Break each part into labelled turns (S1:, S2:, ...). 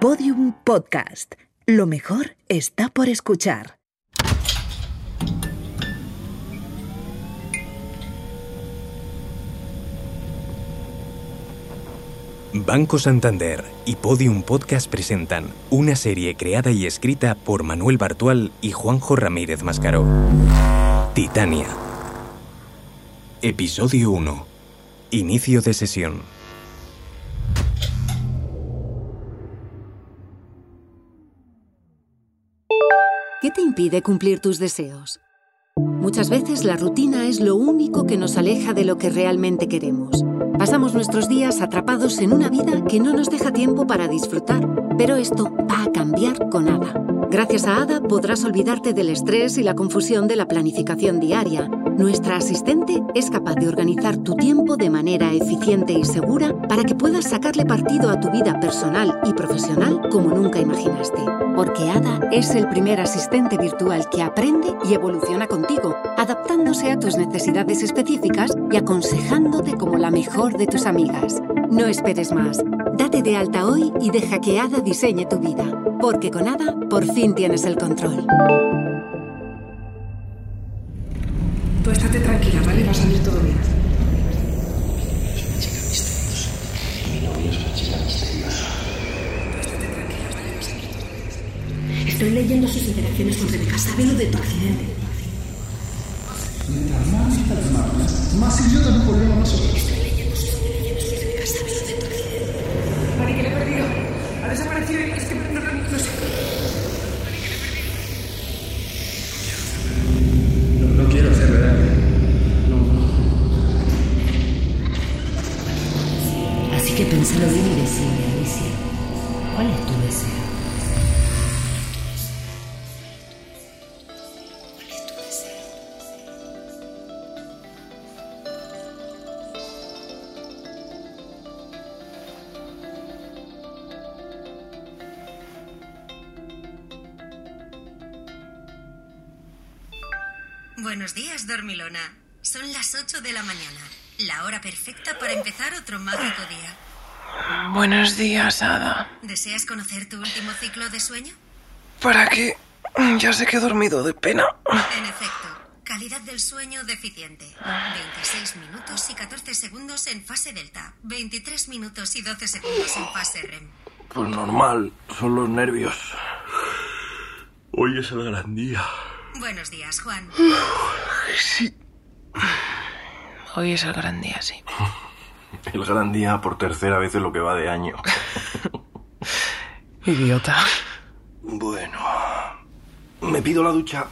S1: Podium Podcast. Lo mejor está por escuchar.
S2: Banco Santander y Podium Podcast presentan una serie creada y escrita por Manuel Bartual y Juanjo Ramírez Mascaró. Titania. Episodio 1. Inicio de sesión.
S3: ¿Qué te impide cumplir tus deseos? Muchas veces la rutina es lo único que nos aleja de lo que realmente queremos. Pasamos nuestros días atrapados en una vida que no nos deja tiempo para disfrutar, pero esto va a cambiar con ADA. Gracias a ADA podrás olvidarte del estrés y la confusión de la planificación diaria. Nuestra asistente es capaz de organizar tu tiempo de manera eficiente y segura para que puedas sacarle partido a tu vida personal y profesional como nunca imaginaste. Porque ADA es el primer asistente virtual que aprende y evoluciona contigo, adaptándose a tus necesidades específicas y aconsejándote como la mejor de tus amigas. No esperes más. Date de alta hoy y deja que Ada diseñe tu vida, porque con Ada por fin tienes el control.
S4: Tú estate tranquila, ¿vale? Va a salir todo bien.
S5: Estoy leyendo sus interacciones con Rebeca. Sabe lo de tu accidente.
S6: Mientras más mientras más, más idiota nos volvemos nosotros.
S4: Mari, que le he perdido. Ha desaparecido. Es que no, no, no sé.
S6: No, no quiero hacer daño.
S7: Así que pensalo bien y decide, Alicia. ¿Cuál es tu deseo?
S8: Buenos días, dormilona. Son las 8 de la mañana, la hora perfecta para empezar otro mágico día.
S9: Buenos días, Ada.
S8: ¿Deseas conocer tu último ciclo de sueño?
S9: ¿Para qué? Ya sé que he dormido de pena.
S8: En efecto, calidad del sueño deficiente. 26 minutos y 14 segundos en fase delta, 23 minutos y 12 segundos en fase REM.
S9: Pues normal, son los nervios.
S10: Hoy es el gran día.
S8: Buenos días, Juan.
S9: Hoy es el gran día, sí.
S10: El gran día por tercera vez en lo que va de año.
S9: Idiota.
S10: Bueno, me pido la ducha.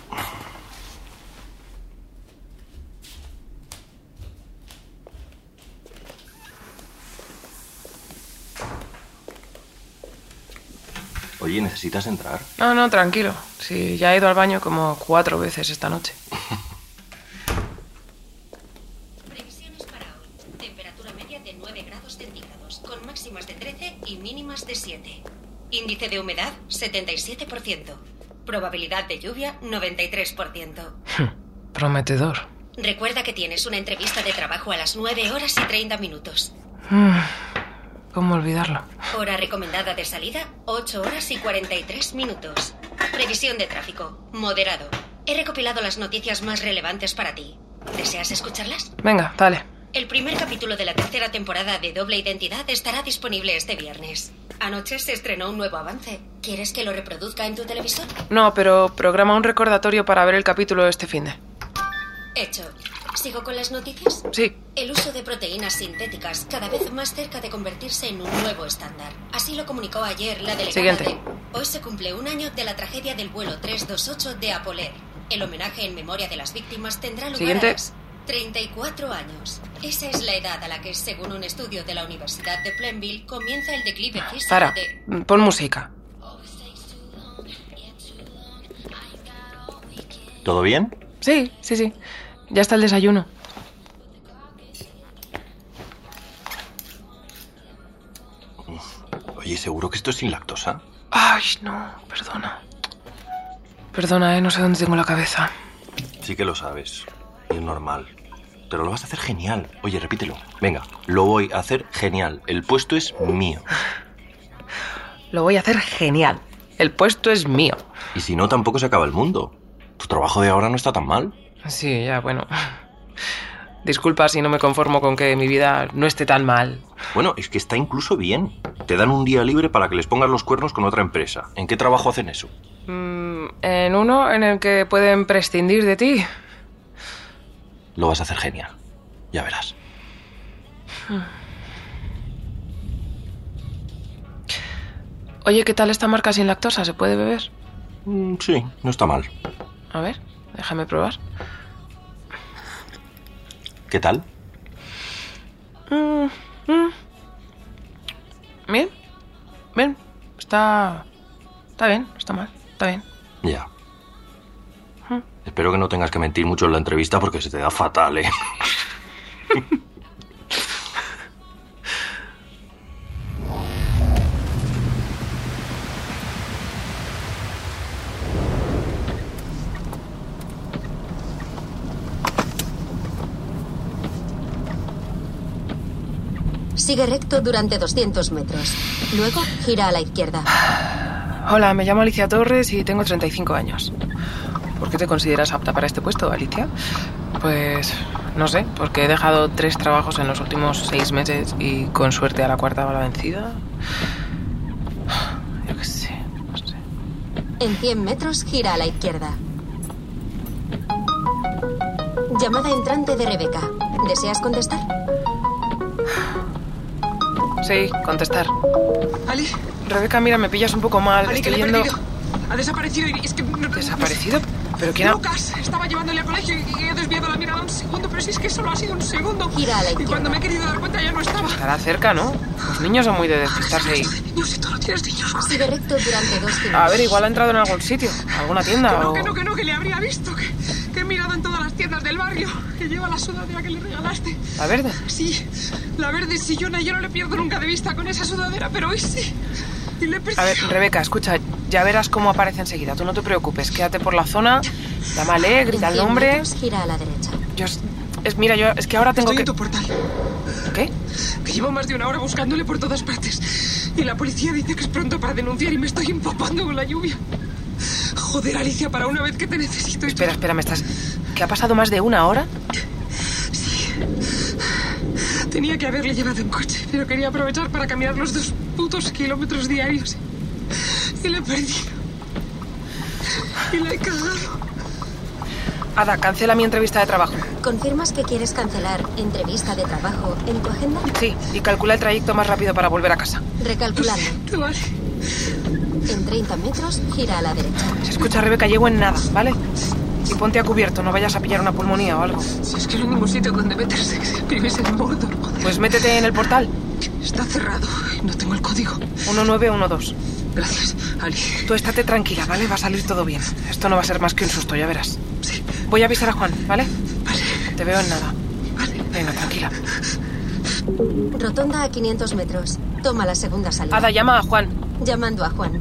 S10: Oye, ¿necesitas entrar?
S9: No, no, tranquilo. Sí, ya he ido al baño como cuatro veces esta noche.
S8: Previsiones para hoy. Temperatura media de 9 grados centígrados, con máximas de 13 y mínimas de 7. Índice de humedad 77%. Probabilidad de lluvia 93%.
S9: Prometedor.
S8: Recuerda que tienes una entrevista de trabajo a las 9 horas y 30 minutos.
S9: ¿Cómo olvidarlo?
S8: Hora recomendada de salida 8 horas y 43 minutos. Previsión de tráfico moderado. He recopilado las noticias más relevantes para ti. ¿Deseas escucharlas?
S9: Venga, dale.
S8: El primer capítulo de la tercera temporada de Doble Identidad estará disponible este viernes. Anoche se estrenó un nuevo avance. ¿Quieres que lo reproduzca en tu televisor?
S9: No, pero programa un recordatorio para ver el capítulo este fin de.
S8: Hecho. ¿Sigo con las noticias?
S9: Sí.
S8: El uso de proteínas sintéticas cada vez más cerca de convertirse en un nuevo estándar. Así lo comunicó ayer la delegada
S9: Siguiente.
S8: de- Hoy se cumple un año de la tragedia del vuelo 328 de Apoler. El homenaje en memoria de las víctimas tendrá lugar
S9: Siguiente.
S8: a las 34 años. Esa es la edad a la que, según un estudio de la Universidad de Plainville, comienza el declive físico
S9: Sara,
S8: de...
S9: pon música.
S10: ¿Todo bien?
S9: Sí, sí, sí. Ya está el desayuno.
S10: Oye, ¿seguro que esto es sin lactosa?
S9: Ay, no, perdona. Perdona, eh, no sé dónde tengo la cabeza.
S10: Sí que lo sabes. Y es normal. Pero lo vas a hacer genial. Oye, repítelo. Venga, lo voy a hacer genial. El puesto es mío.
S9: Lo voy a hacer genial. El puesto es mío.
S10: Y si no, tampoco se acaba el mundo. Tu trabajo de ahora no está tan mal.
S9: Sí, ya, bueno. Disculpa si no me conformo con que mi vida no esté tan mal.
S10: Bueno, es que está incluso bien. Te dan un día libre para que les pongas los cuernos con otra empresa. ¿En qué trabajo hacen eso?
S9: Mm, en uno en el que pueden prescindir de ti.
S10: Lo vas a hacer genial. Ya verás.
S9: Oye, ¿qué tal esta marca sin lactosa? ¿Se puede beber?
S10: Mm, sí, no está mal.
S9: A ver, déjame probar.
S10: ¿Qué tal?
S9: Mm, mm. Bien, bien. Está. Está bien, no está mal, está bien.
S10: Ya.
S9: Mm.
S10: Espero que no tengas que mentir mucho en la entrevista porque se te da fatal, ¿eh?
S11: Sigue recto durante 200 metros. Luego gira a la izquierda.
S9: Hola, me llamo Alicia Torres y tengo 35 años. ¿Por qué te consideras apta para este puesto, Alicia? Pues no sé, porque he dejado tres trabajos en los últimos seis meses y con suerte a la cuarta va la vencida. Yo qué sé, no sé.
S11: En 100 metros gira a la izquierda. Llamada entrante de Rebeca. ¿Deseas contestar?
S9: Sí, contestar.
S4: Ali,
S9: Rebeca, mira, me pillas un poco mal.
S4: Ali, que
S9: Estoy
S4: le he
S9: yendo.
S4: perdido. Ha desaparecido y es que... no- no- no-
S9: ¿Desaparecido? ¿Pero quién ha.?
S4: Lucas, estaba llevándole al colegio y he desviado la mirada un segundo, pero si es que solo ha sido un segundo.
S11: Gira a la
S4: y
S11: izquierda.
S4: cuando me he querido dar cuenta ya no estaba.
S9: Estará cerca, ¿no? Los niños son muy de despistarse y.
S4: No sé, tú no tienes niños. joder.
S11: Sigue recto durante dos kilómetros.
S9: A ver, igual ha entrado en algún sitio, alguna tienda
S4: No,
S9: o.
S4: que no, que no, que le habría visto. Que, que he mirado en todas las tiendas del barrio. Que lleva la sudadera que le regalaste.
S9: La verde.
S4: Sí, la verde sillona yo no le pierdo nunca de vista con esa sudadera, pero hoy sí. Y le he perdido.
S9: A ver, Rebeca, escucha, ya verás cómo aparece enseguida. Tú no te preocupes, quédate por la zona, llámale,
S11: En
S9: grita el
S11: 100
S9: nombre.
S11: metros gira a la derecha.
S9: Yo es, es- mira, yo es que ahora tengo
S4: Estoy
S9: que.
S4: en tu portal.
S9: ¿Qué?
S4: Que llevo más de una hora buscándole por todas partes. Y la policía dice que es pronto para denunciar y me estoy empapando con la lluvia. Joder, Alicia, para una vez que te necesito.
S9: Espera, espera, me estás. ¿Que ha pasado más de una hora?
S4: Tenía que haberle llevado en coche, pero quería aprovechar para caminar los dos putos kilómetros diarios. Y la he perdido. Y la he cagado.
S9: Ada, cancela mi entrevista de trabajo.
S11: ¿Confirmas que quieres cancelar entrevista de trabajo en tu agenda?
S9: Sí, y calcula el trayecto más rápido para volver a casa.
S11: Recalculando.
S4: Te vale.
S11: En 30 metros gira a la derecha.
S9: Se escucha, Rebeca, llego en nada, ¿vale? Y ponte a cubierto, no vayas a pillar una pulmonía o algo.
S4: Si es que no hay ningún sitio donde meterse, que vives en Mordor, joder.
S9: Pues métete en el portal,
S4: Está cerrado. No tengo el código.
S9: 1912.
S4: Gracias, Ali.
S9: Tú estate tranquila, ¿vale? Va a salir todo bien. Esto no va a ser más que un susto, ya verás.
S4: Sí,
S9: Voy a avisar a Juan, ¿vale?
S4: vale,
S9: Te veo en nada.
S4: vale.
S9: Venga, tranquila.
S11: Rotonda a 500 metros. Toma la segunda salida.
S9: Ada, llama a Juan.
S11: Llamando a Juan.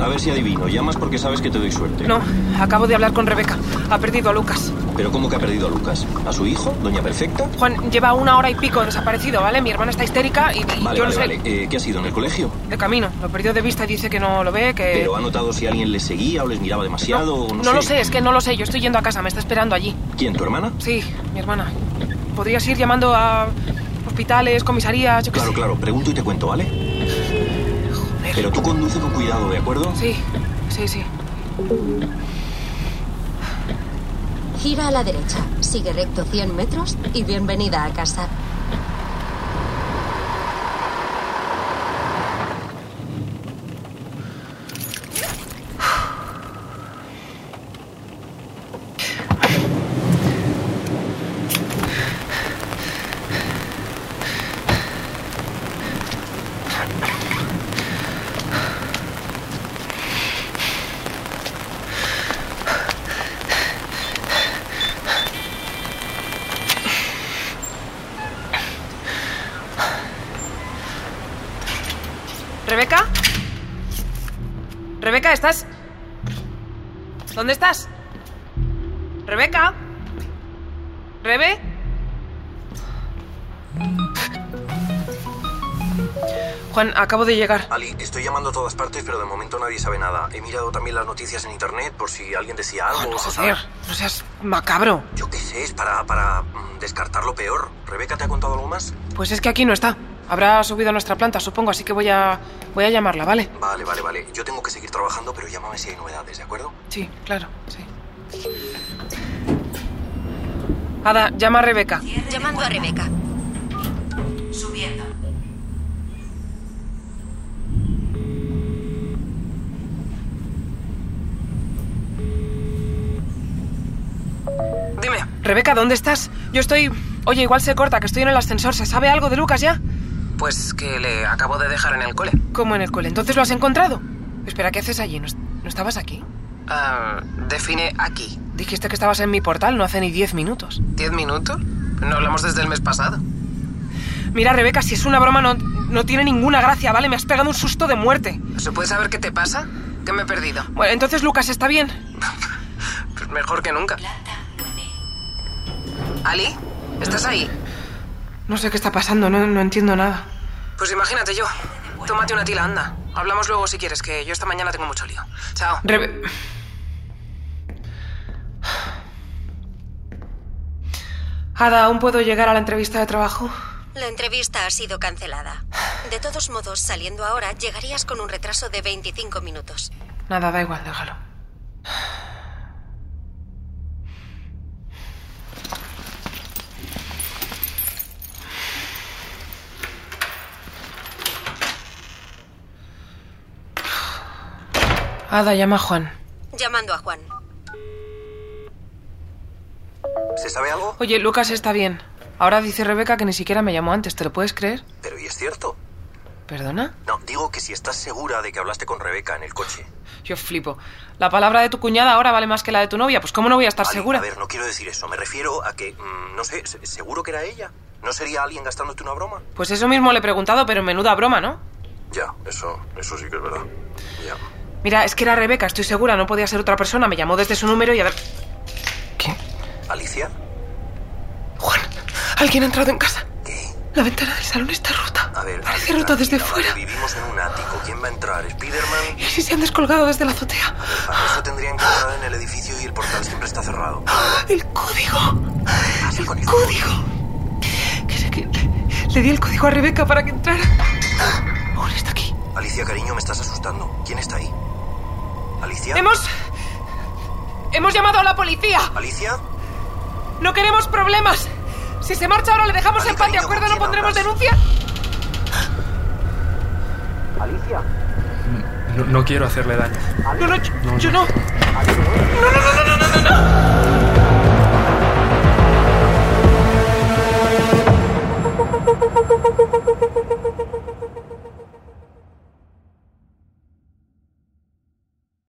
S10: A ver si adivino. Llamas porque sabes que te doy suerte.
S9: No, acabo de hablar con Rebeca. Ha perdido a Lucas.
S10: Pero ¿cómo que ha perdido a Lucas? ¿A su hijo? ¿Doña Perfecta?
S9: Juan lleva una hora y pico desaparecido, ¿vale? Mi hermana está histérica y, y
S10: Vale,
S9: yo no
S10: vale,
S9: sé.
S10: vale. Eh, ¿Qué ha sido en el colegio?
S9: De camino, lo perdió de vista y dice que no lo ve, que.
S10: ¿Pero ah, ha notado si alguien les seguía o les miraba demasiado? o no,
S9: Eh. no lo sé, es que no lo sé. Yo estoy yendo a casa, me está esperando allí.
S10: ¿Quién, tu hermana?
S9: Sí, mi hermana. Podrías ir llamando a hospitales, comisarías, yo qué
S10: Claro,
S9: sé.
S10: claro. Pregunto y te cuento, ¿vale? Pero tú conduce con cuidado, ¿de acuerdo?
S9: Sí, sí, sí.
S11: Gira a la derecha. Sigue recto 100 metros y bienvenida a casa.
S9: ¿Rebeca? ¿Rebeca, estás? ¿Dónde estás? Rebeca. Rebe. Juan, acabo de llegar.
S10: Ali, estoy llamando a todas partes, pero de momento nadie sabe nada. He mirado también las noticias en internet por si alguien decía algo.
S9: Juan,
S10: o se
S9: joder,
S10: sabe.
S9: no seas macabro.
S10: Yo qué sé, es para, para mm, descartar lo peor. ¿Rebeca te ha contado algo más?
S9: Pues es que aquí no está. Habrá subido a nuestra planta, supongo, así que voy a voy a llamarla, ¿vale?
S10: Vale, vale, vale. Yo tengo que seguir trabajando, pero llámame si hay novedades, ¿de acuerdo?
S9: Sí, claro, sí. Ada, llama a Rebeca.
S8: Llamando a Rebeca.
S7: Subiendo.
S9: Dime. Rebeca, ¿dónde estás? Yo estoy... Oye, igual se corta, que estoy en el ascensor. ¿Se sabe algo de Lucas ya?
S12: Pues que le acabo de dejar en el cole.
S9: ¿Cómo en el cole? ¿Entonces lo has encontrado? Espera, ¿qué haces allí? ¿No, est- no estabas aquí?
S12: Ah, define aquí.
S9: Dijiste que estabas en mi portal no hace ni diez minutos.
S12: ¿Diez minutos? No hablamos desde el mes pasado.
S9: Mira, Rebeca, si es una broma no, no tiene ninguna gracia, ¿vale? Me has pegado un susto de muerte.
S12: ¿Se puede saber qué te pasa? ¿Qué me he perdido?
S9: Bueno, entonces Lucas está bien.
S12: Pues mejor que nunca. ¿Ali? ¿Estás ahí?
S9: No sé qué está pasando, no, no entiendo nada.
S12: Pues imagínate yo. Tómate una tila, anda. Hablamos luego si quieres, que yo esta mañana tengo mucho lío. Chao.
S9: Rebe... Ada, ¿aún puedo llegar a la entrevista de trabajo?
S8: La entrevista ha sido cancelada. De todos modos, saliendo ahora, llegarías con un retraso de 25 minutos.
S9: Nada, da igual, déjalo. Ada, llama a Juan.
S8: Llamando a Juan.
S10: ¿Se sabe algo?
S9: Oye, Lucas está bien. Ahora dice Rebeca que ni siquiera me llamó antes, ¿te lo puedes creer?
S10: Pero ¿y es cierto?
S9: ¿Perdona?
S10: No, digo que si estás segura de que hablaste con Rebeca en el coche.
S9: Yo flipo. La palabra de tu cuñada ahora vale más que la de tu novia, pues ¿cómo no voy a estar
S10: Ali,
S9: segura?
S10: A ver, no quiero decir eso. Me refiero a que, mm, no sé, se- seguro que era ella. ¿No sería alguien gastándote una broma?
S9: Pues eso mismo le he preguntado, pero menuda broma, ¿no?
S10: Ya, eso, eso sí que es verdad. Ya.
S9: Mira, es que era Rebeca, estoy segura, no podía ser otra persona. Me llamó desde su número y a ver.
S10: ¿Alicia?
S9: Juan, alguien ha entrado en casa.
S10: ¿Qué?
S9: La ventana del salón está rota.
S10: A ver,
S9: Parece
S10: Ali,
S9: rota desde
S10: tranquila,
S9: fuera.
S10: vale, Vivimos en un ático. ¿Quién va a entrar? ¿Spiderman?
S9: ¿Y si se han descolgado desde la azotea?
S10: Para eso tendrían que entrar en el edificio y el portal siempre está cerrado.
S9: El código.
S10: Pasa con eso.
S9: Código. Que sé que le, le di el código a Rebeca para que entrara. Aún está aquí.
S10: Alicia, cariño, me estás asustando. ¿Quién está ahí? ¿Alicia?
S9: Hemos. Hemos llamado a la policía.
S10: ¿Alicia?
S9: No queremos problemas. Si se marcha ahora le dejamos
S10: Vale,
S9: en paz, ¿de
S10: cariño,
S9: acuerdo? No
S10: ¿con quién
S9: pondremos
S10: hablas?
S9: denuncia.
S10: ¿Alicia?
S6: No, no quiero hacerle daño.
S9: No, no, yo, yo no.